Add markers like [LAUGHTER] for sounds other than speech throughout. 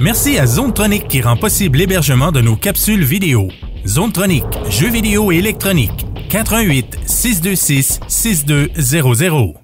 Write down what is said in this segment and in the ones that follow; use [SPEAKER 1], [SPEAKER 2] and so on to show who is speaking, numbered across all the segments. [SPEAKER 1] Merci à Zone Tronic qui rend possible l'hébergement de nos capsules vidéo. Zone Tronic, jeux vidéo et électronique. 88 626 6200.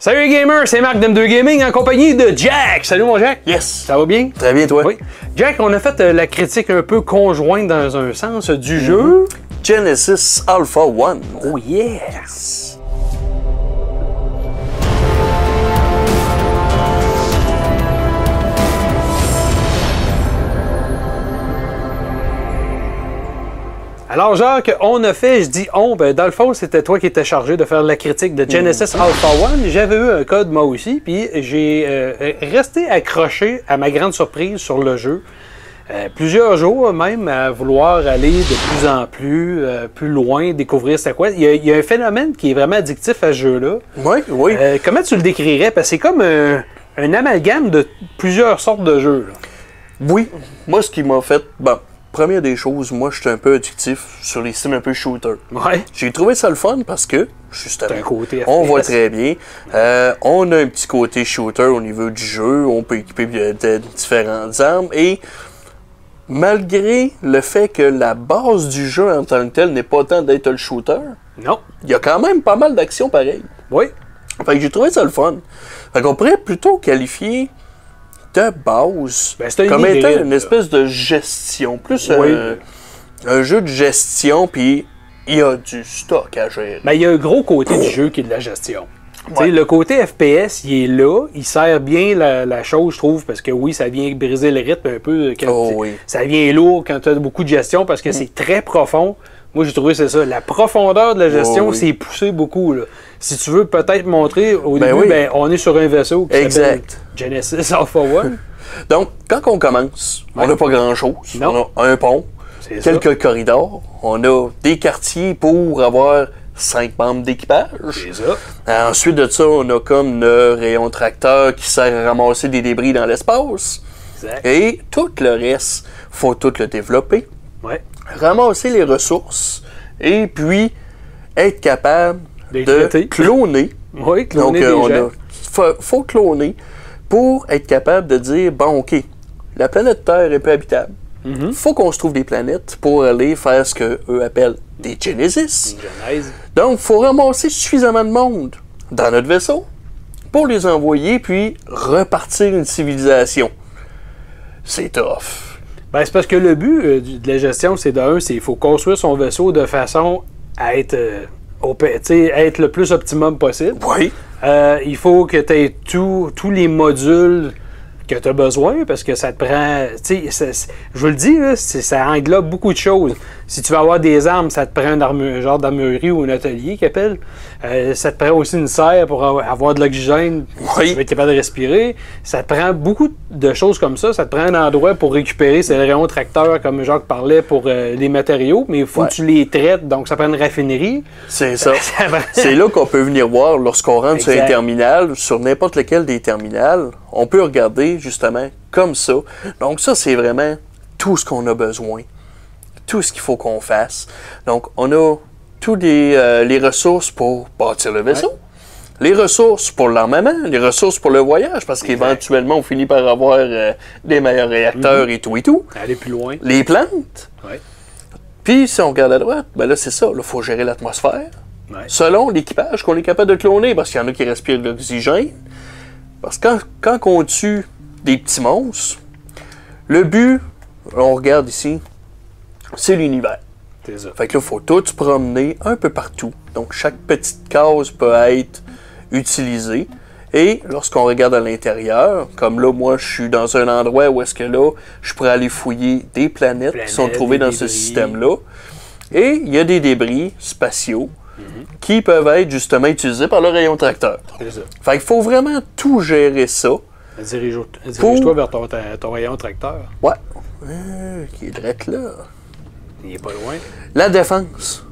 [SPEAKER 2] Salut les gamers, c'est Marc d'M2 Gaming en compagnie de Jack. Salut mon Jack.
[SPEAKER 3] Yes.
[SPEAKER 2] Ça va bien?
[SPEAKER 3] Très bien, toi.
[SPEAKER 2] Oui. Jack, on a fait euh, la critique un peu conjointe dans un sens du jeu.
[SPEAKER 3] Genesis Alpha One.
[SPEAKER 2] Oh yeah! Alors Jacques, on a fait, je dis on, ben dans le fond c'était toi qui étais chargé de faire la critique de Genesis Alpha One. J'avais eu un code moi aussi, puis j'ai euh, resté accroché à ma grande surprise sur le jeu. Euh, plusieurs jours même à vouloir aller de plus en plus euh, plus loin, découvrir c'est quoi. Il y, a, il y a un phénomène qui est vraiment addictif à ce jeu-là.
[SPEAKER 3] Oui, oui.
[SPEAKER 2] Euh, comment tu le décrirais? Parce que c'est comme un, un amalgame de plusieurs sortes de jeux. là.
[SPEAKER 3] oui. Moi, ce qui m'a fait. Bon, première des choses, moi, je suis un peu addictif sur les styles un peu shooter.
[SPEAKER 2] Ouais.
[SPEAKER 3] J'ai trouvé ça le fun parce que, justement,
[SPEAKER 2] T'as un côté
[SPEAKER 3] on
[SPEAKER 2] FPS.
[SPEAKER 3] voit très bien. Euh, on a un petit côté shooter au niveau du jeu. On peut équiper de, de différentes armes. Et malgré le fait que la base du jeu en tant que tel n'est pas tant d'être le shooter,
[SPEAKER 2] Non.
[SPEAKER 3] il y a quand même pas mal d'actions pareilles.
[SPEAKER 2] Oui.
[SPEAKER 3] Fait que j'ai trouvé ça le fun. Fait qu'on pourrait plutôt qualifier de base
[SPEAKER 2] Ben, c'est un
[SPEAKER 3] comme
[SPEAKER 2] hybride,
[SPEAKER 3] étant une
[SPEAKER 2] là.
[SPEAKER 3] espèce de gestion. Plus
[SPEAKER 2] Oui.
[SPEAKER 3] euh, un, jeu de gestion, puis il y a du stock à gérer.
[SPEAKER 2] Ben, il y a un gros côté du jeu qui est de la gestion. Tu sais, Le côté FPS, il est là, il sert bien la, la chose, je trouve, parce que oui, ça vient briser le rythme un peu. euh, Quand
[SPEAKER 3] Oh
[SPEAKER 2] tu-
[SPEAKER 3] oui. Mm.
[SPEAKER 2] Ça vient lourd quand tu as beaucoup de gestion parce que c'est très profond. Moi, j'ai trouvé c'est ça. La profondeur de la gestion,
[SPEAKER 3] Oh oui.
[SPEAKER 2] c'est poussé beaucoup. là. Si tu veux peut-être montrer au
[SPEAKER 3] Ben
[SPEAKER 2] début,
[SPEAKER 3] oui.
[SPEAKER 2] ben, on est sur un vaisseau qui s'appelle
[SPEAKER 3] Exact.
[SPEAKER 2] Genesis Alpha One.
[SPEAKER 3] Donc, quand on commence, on n'a pas grand-chose.
[SPEAKER 2] Non.
[SPEAKER 3] On a un pont,
[SPEAKER 2] C'est
[SPEAKER 3] quelques corridors, on a des quartiers pour avoir cinq membres d'équipage.
[SPEAKER 2] C'est ça.
[SPEAKER 3] Euh, Ensuite de ça, on a comme le rayon tracteur qui sert à ramasser des débris dans l'espace.
[SPEAKER 2] Exact.
[SPEAKER 3] Et tout le reste, faut tout le développer,
[SPEAKER 2] Ouais.
[SPEAKER 3] ramasser les ressources et puis être capable
[SPEAKER 2] De les
[SPEAKER 3] de
[SPEAKER 2] traiter.
[SPEAKER 3] cloner.
[SPEAKER 2] Oui, [LAUGHS] cloner
[SPEAKER 3] Donc, euh, on
[SPEAKER 2] des gens.
[SPEAKER 3] a- fa- faut cloner pour être capable de dire bon, OK, la planète Terre est peu habitable.
[SPEAKER 2] Mhm.
[SPEAKER 3] Faut qu'on se trouve des planètes pour aller faire ce que eux appellent des Genesis.
[SPEAKER 2] Genèse.
[SPEAKER 3] Donc, faut ramasser suffisamment de monde dans notre vaisseau pour les envoyer puis repartir une civilisation. C'est tough.
[SPEAKER 2] Ben, c'est parce que le but euh, du- de la gestion, c'est de un, c'est il faut construire son vaisseau de façon à être, euh, au pa- tu sais, à être le plus optimum possible.
[SPEAKER 3] Oui.
[SPEAKER 2] Euh, il faut que tu aies tout- tous les modules que tu as besoin parce que ça te prend. Tu sais, c'est- c'est- je vous le dis, là, c'est- ça englobe beaucoup de choses. Si tu vas avoir des armes, ça te prend une armu- un genre d'armurerie ou un atelier qui appelle. Euh, ça te prend aussi une serre pour av- avoir de l'oxygène.
[SPEAKER 3] Oui.
[SPEAKER 2] Tu vas être capable de respirer. Ça te prend beaucoup de choses comme ça. Ça te prend un endroit pour récupérer. C'est le rayon tracteur, comme Jacques parlait, pour euh, les matériaux. Mais il faut
[SPEAKER 3] Ouais.
[SPEAKER 2] que tu les traites. Donc, ça prend une raffinerie.
[SPEAKER 3] C'est ça.
[SPEAKER 2] Ça va-
[SPEAKER 3] [LAUGHS] C'est là qu'on peut venir voir lorsqu'on rentre sur
[SPEAKER 2] Exact.
[SPEAKER 3] un terminal, sur n'importe lequel des terminales, on peut regarder justement comme ça. Donc ça, c'est vraiment tout ce qu'on a besoin, tout ce qu'il faut qu'on fasse. Donc on a tous les, euh, les ressources pour bâtir le vaisseau. Les ressources pour l'armement, les ressources pour le voyage, parce qu'éventuellement, on finit par avoir euh, des meilleurs réacteurs et tout et tout.
[SPEAKER 2] Aller plus loin.
[SPEAKER 3] Les plantes.
[SPEAKER 2] Ouais.
[SPEAKER 3] Puis, si on regarde à droite, ben là, c'est ça. Il faut gérer l'atmosphère
[SPEAKER 2] Ouais.
[SPEAKER 3] selon l'équipage qu'on est capable de cloner, parce qu'il y en a qui respirent de l'oxygène. Parce que quand, quand on tue des petits monstres, le but, on regarde ici, c'est l'univers.
[SPEAKER 2] C'est ça.
[SPEAKER 3] Fait que là, faut tout se promener un peu partout. Donc, chaque petite case peut être utilisée. Et lorsqu'on regarde à l'intérieur, comme là, moi, je suis dans un endroit où est-ce que là, je pourrais aller fouiller des planètes, qui sont
[SPEAKER 2] Planètes,
[SPEAKER 3] trouvées
[SPEAKER 2] des
[SPEAKER 3] dans ce
[SPEAKER 2] débris.
[SPEAKER 3] système-là. Et il y a des débris spatiaux
[SPEAKER 2] Mhm.
[SPEAKER 3] qui peuvent être justement utilisés par le rayon tracteur.
[SPEAKER 2] C'est ça.
[SPEAKER 3] Fait qu'il faut vraiment tout gérer ça.
[SPEAKER 2] Dirige- Dirige-toi
[SPEAKER 3] Pour-
[SPEAKER 2] vers ton, ta- ton rayon tracteur.
[SPEAKER 3] Ouais. Euh, qui est direct là.
[SPEAKER 2] Il est pas
[SPEAKER 3] [LAUGHS]
[SPEAKER 2] loin.
[SPEAKER 3] La défense.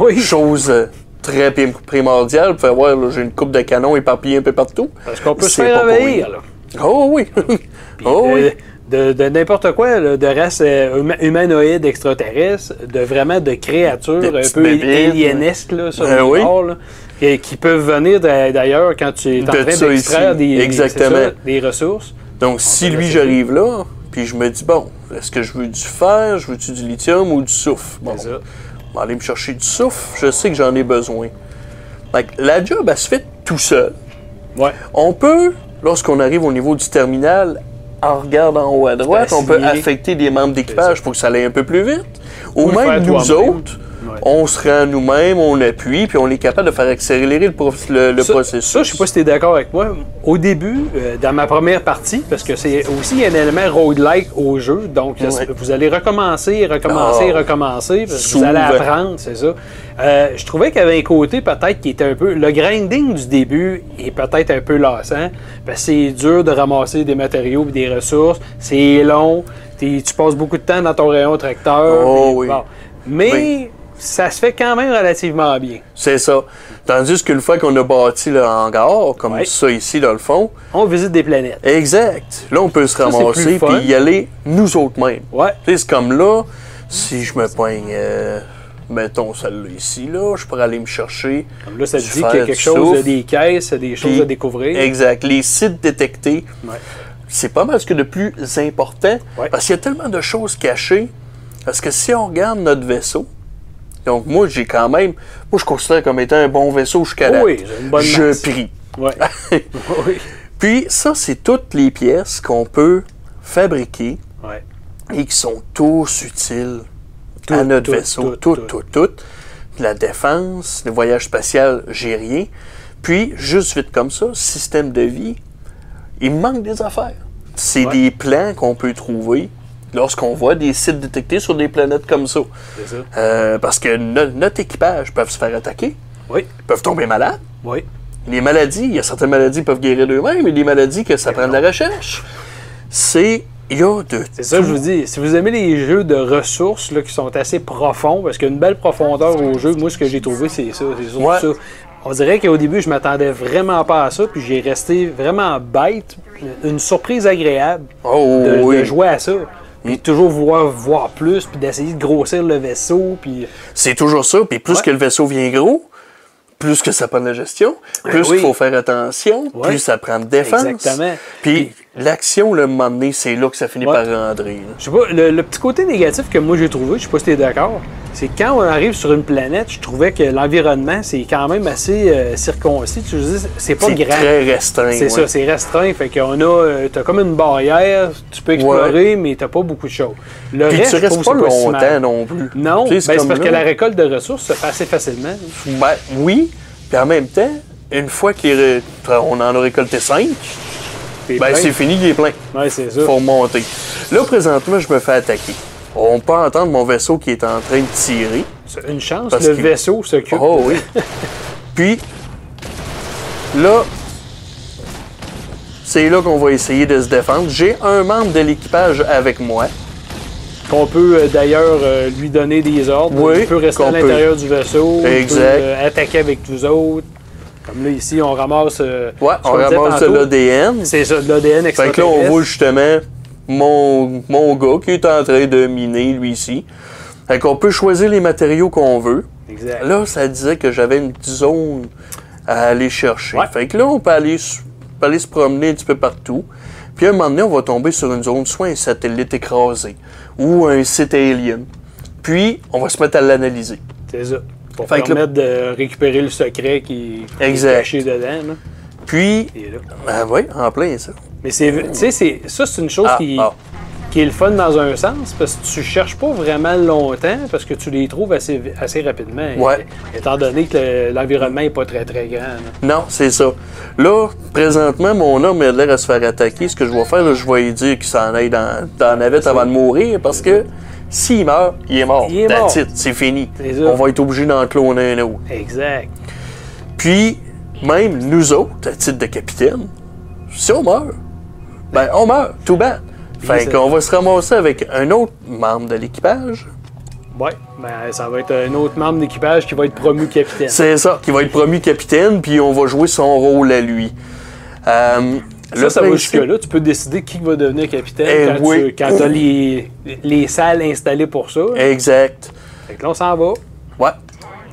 [SPEAKER 2] Oui.
[SPEAKER 3] chose euh, très prim- primordiale. Vous pouvez voir, là, j'ai une coupe de canon éparpillée un peu partout.
[SPEAKER 2] Parce qu'on peut se
[SPEAKER 3] C'est
[SPEAKER 2] faire
[SPEAKER 3] pas pour
[SPEAKER 2] envahir,
[SPEAKER 3] rien.
[SPEAKER 2] là. euh,
[SPEAKER 3] Oh oui! [LAUGHS] oh
[SPEAKER 2] de,
[SPEAKER 3] oui!
[SPEAKER 2] de, de n'importe quoi, là, de race euh, huma- humanoïde, extraterrestre, de vraiment de créatures
[SPEAKER 3] Des
[SPEAKER 2] un
[SPEAKER 3] petites
[SPEAKER 2] peu
[SPEAKER 3] bébites,
[SPEAKER 2] aliénesques, là, sur
[SPEAKER 3] Euh,
[SPEAKER 2] le
[SPEAKER 3] oui.
[SPEAKER 2] bord, là. Et qui peuvent venir d'a- d'ailleurs quand tu es en
[SPEAKER 3] De
[SPEAKER 2] train
[SPEAKER 3] ça
[SPEAKER 2] d'extraire
[SPEAKER 3] ici.
[SPEAKER 2] des, des- c'est
[SPEAKER 3] Exactement.
[SPEAKER 2] ça, des ressources.
[SPEAKER 3] Donc, si
[SPEAKER 2] peut
[SPEAKER 3] lui,
[SPEAKER 2] l'essayer.
[SPEAKER 3] j'arrive là, puis je me dis, bon, est-ce que je veux du fer, je veux-tu du lithium ou du soufre? Bon,
[SPEAKER 2] C'est ça.
[SPEAKER 3] je vais aller me chercher du soufre, je sais que j'en ai besoin. Fait que la job, elle se fait tout seul.
[SPEAKER 2] Ouais.
[SPEAKER 3] On peut, lorsqu'on arrive au niveau du terminal, en regardant en haut à droite, on peut
[SPEAKER 2] Assigner.
[SPEAKER 3] affecter des membres d'équipage pour que ça aille un peu plus vite. Ou,
[SPEAKER 2] Ou le faire
[SPEAKER 3] même nous
[SPEAKER 2] toi-même.
[SPEAKER 3] autres,
[SPEAKER 2] Ouais.
[SPEAKER 3] on se rend nous-mêmes, on appuie, puis on est capable de faire accélérer le, prof- le- le
[SPEAKER 2] ça,
[SPEAKER 3] processus.
[SPEAKER 2] ça, je sais pas si tu es d'accord avec moi. Au début, euh, dans ma première partie, parce que c'est aussi un élément road-like au jeu, donc
[SPEAKER 3] Ouais.
[SPEAKER 2] ça, vous allez recommencer, recommencer,
[SPEAKER 3] Ah.
[SPEAKER 2] recommencer, parce que vous allez
[SPEAKER 3] Souvent.
[SPEAKER 2] apprendre, c'est ça. Euh, je trouvais qu'il y avait un côté peut-être qui était un peu. Le grinding du début est peut-être un peu lassant, parce que c'est dur de ramasser des matériaux et des ressources, c'est long, t'es- tu passes beaucoup de temps dans ton rayon tracteur.
[SPEAKER 3] Oh
[SPEAKER 2] puis
[SPEAKER 3] oui.
[SPEAKER 2] Mais
[SPEAKER 3] Oui.
[SPEAKER 2] ça se fait quand même relativement bien.
[SPEAKER 3] C'est ça. Tandis qu'une fois qu'on a bâti le hangar, comme
[SPEAKER 2] Ouais.
[SPEAKER 3] ça ici dans le fond,
[SPEAKER 2] On visite des planètes.
[SPEAKER 3] exact. Là, on peut se
[SPEAKER 2] c'est plus
[SPEAKER 3] ramasser
[SPEAKER 2] fun.
[SPEAKER 3] puis y aller nous autres mêmes.
[SPEAKER 2] Ouais.
[SPEAKER 3] Tu sais, c'est comme là, si je me poigne, euh, mettons celle-là ici, là, je pourrais aller me chercher.
[SPEAKER 2] Comme Là, ça te
[SPEAKER 3] du
[SPEAKER 2] dit qu'il y
[SPEAKER 3] fer,
[SPEAKER 2] a
[SPEAKER 3] du
[SPEAKER 2] quelque chose,
[SPEAKER 3] soufre,
[SPEAKER 2] des caisses, des choses
[SPEAKER 3] puis-
[SPEAKER 2] à découvrir.
[SPEAKER 3] Exact. Les sites détectés,
[SPEAKER 2] Ouais.
[SPEAKER 3] c'est pas mal ce que de plus important.
[SPEAKER 2] Ouais.
[SPEAKER 3] Parce qu'il y a tellement de choses cachées. Parce que si on regarde notre vaisseau, donc moi, j'ai quand même. Moi, je considère comme étant un bon vaisseau jusqu'à date.
[SPEAKER 2] Oui, j'ai une bonne
[SPEAKER 3] Je
[SPEAKER 2] masse.
[SPEAKER 3] prie. [LAUGHS]
[SPEAKER 2] Ouais. oui.
[SPEAKER 3] Puis ça, c'est toutes les pièces qu'on peut fabriquer
[SPEAKER 2] Ouais.
[SPEAKER 3] et qui sont tous utiles
[SPEAKER 2] Tout,
[SPEAKER 3] à notre
[SPEAKER 2] tout,
[SPEAKER 3] vaisseau.
[SPEAKER 2] tout,
[SPEAKER 3] Tout,
[SPEAKER 2] tout.
[SPEAKER 3] tout, tout. La défense, le voyage spatial, j'ai rien. Puis, juste vite comme ça, système de vie, il manque des affaires. C'est
[SPEAKER 2] Ouais.
[SPEAKER 3] des plans qu'on peut trouver lorsqu'on voit des sites détectés sur des planètes comme ça.
[SPEAKER 2] C'est ça.
[SPEAKER 3] Euh, parce que no- notre équipage peut se faire attaquer,
[SPEAKER 2] Oui.
[SPEAKER 3] peuvent tomber malades.
[SPEAKER 2] Oui.
[SPEAKER 3] Les maladies, il y a certaines maladies qui peuvent guérir d'eux-mêmes, et des maladies que ça prend de la recherche. C'est. Il y a de.
[SPEAKER 2] C'est ça, que je vous dis. Si vous aimez les jeux de ressources là, qui sont assez profonds, parce qu'il y a une belle profondeur au jeu, moi, ce que j'ai trouvé, c'est ça. C'est surtout
[SPEAKER 3] Ouais.
[SPEAKER 2] ça. On dirait qu'au début, je m'attendais vraiment pas à ça, puis j'ai resté vraiment bête. Une surprise agréable
[SPEAKER 3] Oh,
[SPEAKER 2] de,
[SPEAKER 3] oui. Mm.
[SPEAKER 2] de jouer à ça. Puis toujours voir, voir plus, puis d'essayer de grossir le vaisseau, puis...
[SPEAKER 3] C'est toujours ça. Puis plus
[SPEAKER 2] Ouais.
[SPEAKER 3] que le vaisseau vient gros, plus que ça prend de la gestion, plus
[SPEAKER 2] Ben oui.
[SPEAKER 3] qu'il faut faire attention,
[SPEAKER 2] Ouais.
[SPEAKER 3] plus ça prend de défense.
[SPEAKER 2] Exactement.
[SPEAKER 3] Puis l'action, le moment donné, c'est là que ça finit
[SPEAKER 2] Ouais.
[SPEAKER 3] par rentrer. là.
[SPEAKER 2] Je sais pas, le, le petit côté négatif que moi j'ai trouvé, je sais pas si t'es d'accord, c'est quand on arrive sur une planète, je trouvais que l'environnement, c'est quand même assez euh, circoncis. Tu dis, c'est pas
[SPEAKER 3] C'est
[SPEAKER 2] grand.
[SPEAKER 3] très restreint.
[SPEAKER 2] C'est
[SPEAKER 3] ouais.
[SPEAKER 2] ça, c'est restreint. Fait qu'on a, euh, t'as comme une barrière, tu peux explorer, mais t'as pas beaucoup de choses. Le
[SPEAKER 3] Puis
[SPEAKER 2] reste,
[SPEAKER 3] tu
[SPEAKER 2] je trouve
[SPEAKER 3] restes
[SPEAKER 2] que
[SPEAKER 3] pas
[SPEAKER 2] c'est si mal.
[SPEAKER 3] longtemps non plus.
[SPEAKER 2] Non,
[SPEAKER 3] Tu
[SPEAKER 2] ben,
[SPEAKER 3] sais, c'est
[SPEAKER 2] c'est
[SPEAKER 3] comme
[SPEAKER 2] parce que la
[SPEAKER 3] là.
[SPEAKER 2] récolte de ressources se fait assez facilement.
[SPEAKER 3] Ben, oui, puis en même temps, une fois qu'on en a récolté 5,
[SPEAKER 2] T'es
[SPEAKER 3] ben,
[SPEAKER 2] plein.
[SPEAKER 3] c'est fini, il est plein.
[SPEAKER 2] Ouais, c'est ça.
[SPEAKER 3] Faut monter. Là, présentement, je me fais attaquer. On peut entendre mon vaisseau qui est en train de tirer.
[SPEAKER 2] C'est Une chance,
[SPEAKER 3] Parce
[SPEAKER 2] le
[SPEAKER 3] qu'il-
[SPEAKER 2] vaisseau s'occupe.
[SPEAKER 3] Oh oui. [LAUGHS] Puis, là, c'est là qu'on va essayer de se défendre. J'ai un membre de l'équipage avec moi.
[SPEAKER 2] Qu'on peut euh, d'ailleurs euh, lui donner des ordres.
[SPEAKER 3] Oui,
[SPEAKER 2] il peut rester à
[SPEAKER 3] qu'on peut.
[SPEAKER 2] l'intérieur du vaisseau. il
[SPEAKER 3] Exact.
[SPEAKER 2] peut, euh, attaquer avec vous autres. Comme là, ici, on ramasse. euh,
[SPEAKER 3] Ouais,
[SPEAKER 2] ce
[SPEAKER 3] on
[SPEAKER 2] qu'on disait
[SPEAKER 3] ramasse
[SPEAKER 2] tantôt.
[SPEAKER 3] l'ADN.
[SPEAKER 2] C'est ça, de l'ADN
[SPEAKER 3] Fait
[SPEAKER 2] extraterrestre.
[SPEAKER 3] que là, on voit justement mon, mon gars qui est en train de miner, lui ici. Fait qu'on peut choisir les matériaux qu'on veut.
[SPEAKER 2] Exact.
[SPEAKER 3] Là, ça disait que j'avais une petite zone à aller chercher.
[SPEAKER 2] Ouais.
[SPEAKER 3] Fait que là, on peut aller, s- on peut aller se promener un petit peu partout. Puis à un moment donné, on va tomber sur une zone, soit un satellite écrasé ou un site alien. Puis, on va se mettre à l'analyser.
[SPEAKER 2] C'est ça. Pour
[SPEAKER 3] Fait que là-
[SPEAKER 2] permettre de récupérer le secret qui, qui est
[SPEAKER 3] Exact.
[SPEAKER 2] caché dedans. là.
[SPEAKER 3] Puis,
[SPEAKER 2] Il est là.
[SPEAKER 3] ah oui, en plein ça.
[SPEAKER 2] Mais c'est, tu sais, c'est, ça, c'est une chose
[SPEAKER 3] Ah,
[SPEAKER 2] qui,
[SPEAKER 3] ah.
[SPEAKER 2] qui est le fun dans un sens, parce que tu cherches pas vraiment longtemps, parce que tu les trouves assez, assez rapidement.
[SPEAKER 3] Ouais.
[SPEAKER 2] Étant donné que le- l'environnement est pas très, très grand. là.
[SPEAKER 3] Non, c'est ça. Là, présentement, mon homme a l'air à se faire attaquer. Ce que je vais faire, là, je vais lui dire qu'il s'en aille dans, dans la navette avant de mourir parce que s'il meurt, il est mort.
[SPEAKER 2] Il est
[SPEAKER 3] That's
[SPEAKER 2] mort.
[SPEAKER 3] it, c'est fini.
[SPEAKER 2] C'est ça.
[SPEAKER 3] On va être obligé d'en cloner un autre.
[SPEAKER 2] Exact.
[SPEAKER 3] Puis, même nous autres, à titre de capitaine, si on meurt, ben on meurt, tout bad. Fait
[SPEAKER 2] c'est-
[SPEAKER 3] qu'on va se ramasser avec un autre membre de l'équipage.
[SPEAKER 2] Ouais. Ben, ça va être un autre membre d'équipage qui va être promu capitaine.
[SPEAKER 3] C'est ça, qui va être promu capitaine, puis on va jouer son rôle à lui. Euh,
[SPEAKER 2] Là,
[SPEAKER 3] le
[SPEAKER 2] ça va
[SPEAKER 3] principe-
[SPEAKER 2] jusque-là. Tu peux décider qui va devenir capitaine
[SPEAKER 3] Eh
[SPEAKER 2] quand
[SPEAKER 3] oui.
[SPEAKER 2] tu as les, les salles installées pour ça.
[SPEAKER 3] Exact.
[SPEAKER 2] [LAUGHS] Fait que là, on s'en va.
[SPEAKER 3] Ouais.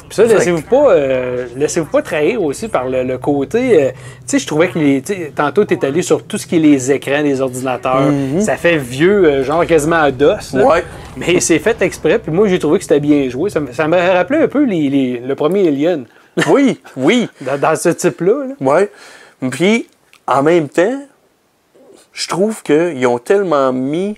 [SPEAKER 2] Puis ça, laissez-vous pas, euh, laissez-vous pas trahir aussi par le, le côté. euh, tu sais, je trouvais que les, tu sais, tantôt, tu es allé sur tout ce qui est les écrans, les ordinateurs. Ça fait vieux, euh, genre quasiment à DOS. là.
[SPEAKER 3] Ouais.
[SPEAKER 2] Mais c'est fait exprès. Puis moi, j'ai trouvé que c'était bien joué. Ça me, ça me rappelait un peu les, les- le premier Alien
[SPEAKER 3] Oui, oui.
[SPEAKER 2] dans, dans ce type-là. là.
[SPEAKER 3] Ouais. Puis, en même temps, je trouve qu'ils ont tellement mis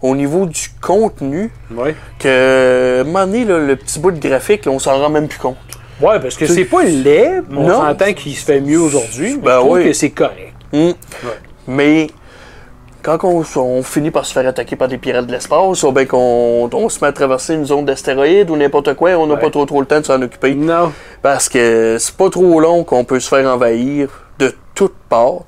[SPEAKER 3] au niveau du contenu
[SPEAKER 2] Ouais.
[SPEAKER 3] que, à un moment donné, là, le petit bout de graphique, là, on s'en rend même plus compte.
[SPEAKER 2] Ouais, parce que c'est pas laid. mais On
[SPEAKER 3] Non.
[SPEAKER 2] s'entend qu'il se fait mieux aujourd'hui. mais
[SPEAKER 3] Ben
[SPEAKER 2] je trouve
[SPEAKER 3] oui.
[SPEAKER 2] que c'est correct.
[SPEAKER 3] Hmm. Mais quand on, on finit par se faire attaquer par des pirates de l'espace, ou bien qu'on on se met à traverser une zone d'astéroïdes ou n'importe quoi, on n'a pas trop trop le temps de s'en occuper.
[SPEAKER 2] Non.
[SPEAKER 3] Parce que c'est pas trop long qu'on peut se faire envahir de toutes parts.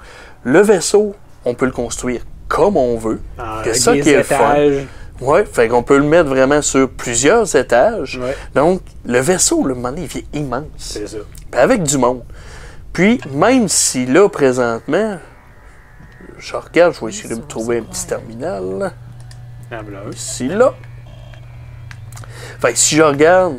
[SPEAKER 3] Le vaisseau, on peut le construire comme on veut.
[SPEAKER 2] Ah,
[SPEAKER 3] C'est
[SPEAKER 2] avec
[SPEAKER 3] ça
[SPEAKER 2] des
[SPEAKER 3] qui est le fun.
[SPEAKER 2] étages.
[SPEAKER 3] Ouais, fait qu'on peut le mettre vraiment sur plusieurs étages.
[SPEAKER 2] Ouais.
[SPEAKER 3] Donc, le vaisseau, le moment donné, il devient immense.
[SPEAKER 2] C'est ça.
[SPEAKER 3] Puis Ben, avec du monde. Puis, même si là, présentement, je regarde, je vais essayer de me trouver un petit terminal. là.
[SPEAKER 2] Ah, ben là, oui.
[SPEAKER 3] Ici, là. Fait que si je regarde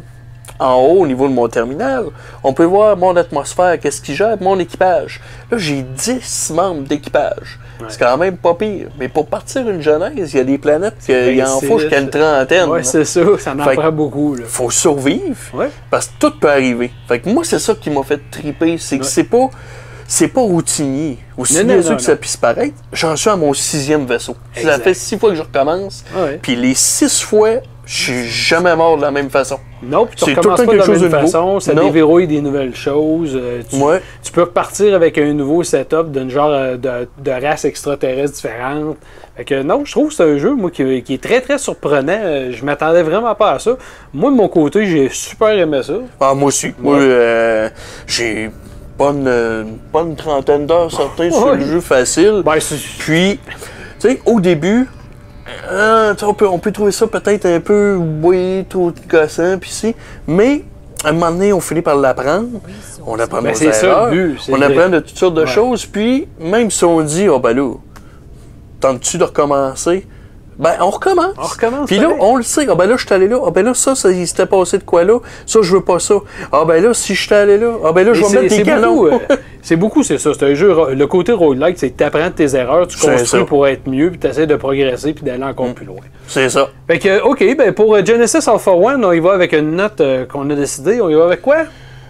[SPEAKER 3] en haut au niveau de mon terminal, on peut voir mon atmosphère, qu'est-ce qui gère, mon équipage. Là, j'ai 10 membres d'équipage. C'est quand même pas pire. Mais pour partir une genèse, il y a des planètes
[SPEAKER 2] C'est
[SPEAKER 3] qu'il
[SPEAKER 2] bien,
[SPEAKER 3] en
[SPEAKER 2] c'est-
[SPEAKER 3] faut jusqu'à une trentaine.
[SPEAKER 2] Ouais,
[SPEAKER 3] là.
[SPEAKER 2] c'est ça. Ça en
[SPEAKER 3] Fait que-
[SPEAKER 2] prend beaucoup. Là.
[SPEAKER 3] faut survivre.
[SPEAKER 2] Ouais.
[SPEAKER 3] Parce que tout peut arriver. Fait que moi, c'est ça qui m'a fait triper. C'est que c'est pas. C'est pas routinier. Aussi
[SPEAKER 2] Non,
[SPEAKER 3] bien
[SPEAKER 2] non,
[SPEAKER 3] sûr
[SPEAKER 2] non,
[SPEAKER 3] que ça
[SPEAKER 2] non.
[SPEAKER 3] puisse paraître, j'en suis à mon sixième vaisseau. Ça
[SPEAKER 2] Exact. Ah
[SPEAKER 3] fait six fois que je recommence.
[SPEAKER 2] Ouais.
[SPEAKER 3] Puis les six fois, je suis jamais mort de la même façon.
[SPEAKER 2] Non, puis tu
[SPEAKER 3] C'est
[SPEAKER 2] recommences
[SPEAKER 3] tout le temps
[SPEAKER 2] pas de la
[SPEAKER 3] quelque chose
[SPEAKER 2] même
[SPEAKER 3] de nouveau.
[SPEAKER 2] façon, ça
[SPEAKER 3] Non.
[SPEAKER 2] déverrouille des nouvelles choses. euh, tu,
[SPEAKER 3] Ouais.
[SPEAKER 2] tu peux repartir avec un nouveau setup d'une genre euh, de, de race extraterrestre différente. Fait que non, je trouve que c'est un jeu moi, qui, qui est très très surprenant. Euh, Je m'attendais vraiment pas à ça. Moi, de mon côté, j'ai super aimé ça.
[SPEAKER 3] Ah, moi aussi. Moi,
[SPEAKER 2] Ouais.
[SPEAKER 3] euh, j'ai une bonne, euh, une bonne trentaine d'heures sorties sur le
[SPEAKER 2] Ouais.
[SPEAKER 3] jeu facile.
[SPEAKER 2] Ben, c'est-
[SPEAKER 3] Puis, tu sais, au début, euh, tu sais, on, peut, on peut trouver ça peut-être un peu, oui, trop gossant, puis si, mais à un moment donné, on finit par l'apprendre. On apprend
[SPEAKER 2] Ben,
[SPEAKER 3] nos
[SPEAKER 2] c'est ça, le
[SPEAKER 3] erreurs,
[SPEAKER 2] but, c'est
[SPEAKER 3] on
[SPEAKER 2] de-
[SPEAKER 3] apprend de toutes sortes de
[SPEAKER 2] Ouais.
[SPEAKER 3] choses, puis même si on dit, oh ben là, tentes-tu de recommencer? Ben, on recommence.
[SPEAKER 2] On recommence,
[SPEAKER 3] Puis là,
[SPEAKER 2] pareil.
[SPEAKER 3] on le sait. Ah ben là, je suis allé là. Ah ben là, ça, ça il s'était passé de quoi là? Ça, je veux pas ça. Ah ben là, si je suis allé là. Ah ben là, je
[SPEAKER 2] Mais
[SPEAKER 3] vais
[SPEAKER 2] c'est-
[SPEAKER 3] mettre des
[SPEAKER 2] c'est
[SPEAKER 3] canons.
[SPEAKER 2] beaucoup, euh, c'est beaucoup, c'est ça. C'est un jeu. ro- Le côté roguelike, c'est que tu apprends de tes erreurs, tu
[SPEAKER 3] C'est
[SPEAKER 2] construis
[SPEAKER 3] ça. Mm.
[SPEAKER 2] pour être mieux, puis tu essaies de progresser, puis d'aller encore plus loin.
[SPEAKER 3] c'est ça.
[SPEAKER 2] Fait que, euh, OK, ben pour euh, Genesis Alpha 1, on y va avec une note euh, qu'on a décidée. On y va avec quoi?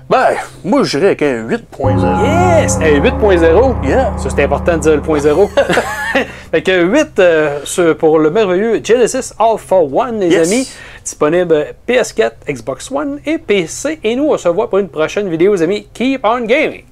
[SPEAKER 3] Ben, moi, je dirais avec un 8.0.
[SPEAKER 2] Yes! Hey, 8.0.
[SPEAKER 3] Yeah.
[SPEAKER 2] Ça, c'est important de dire le point
[SPEAKER 3] [LAUGHS]
[SPEAKER 2] 0. fait que 8 euh, sur- pour le merveilleux Genesis Alpha 1, les
[SPEAKER 3] Yes.
[SPEAKER 2] amis. Disponible PS4, Xbox One et PC. Et nous, on se voit pour une prochaine vidéo, les amis. Keep on gaming!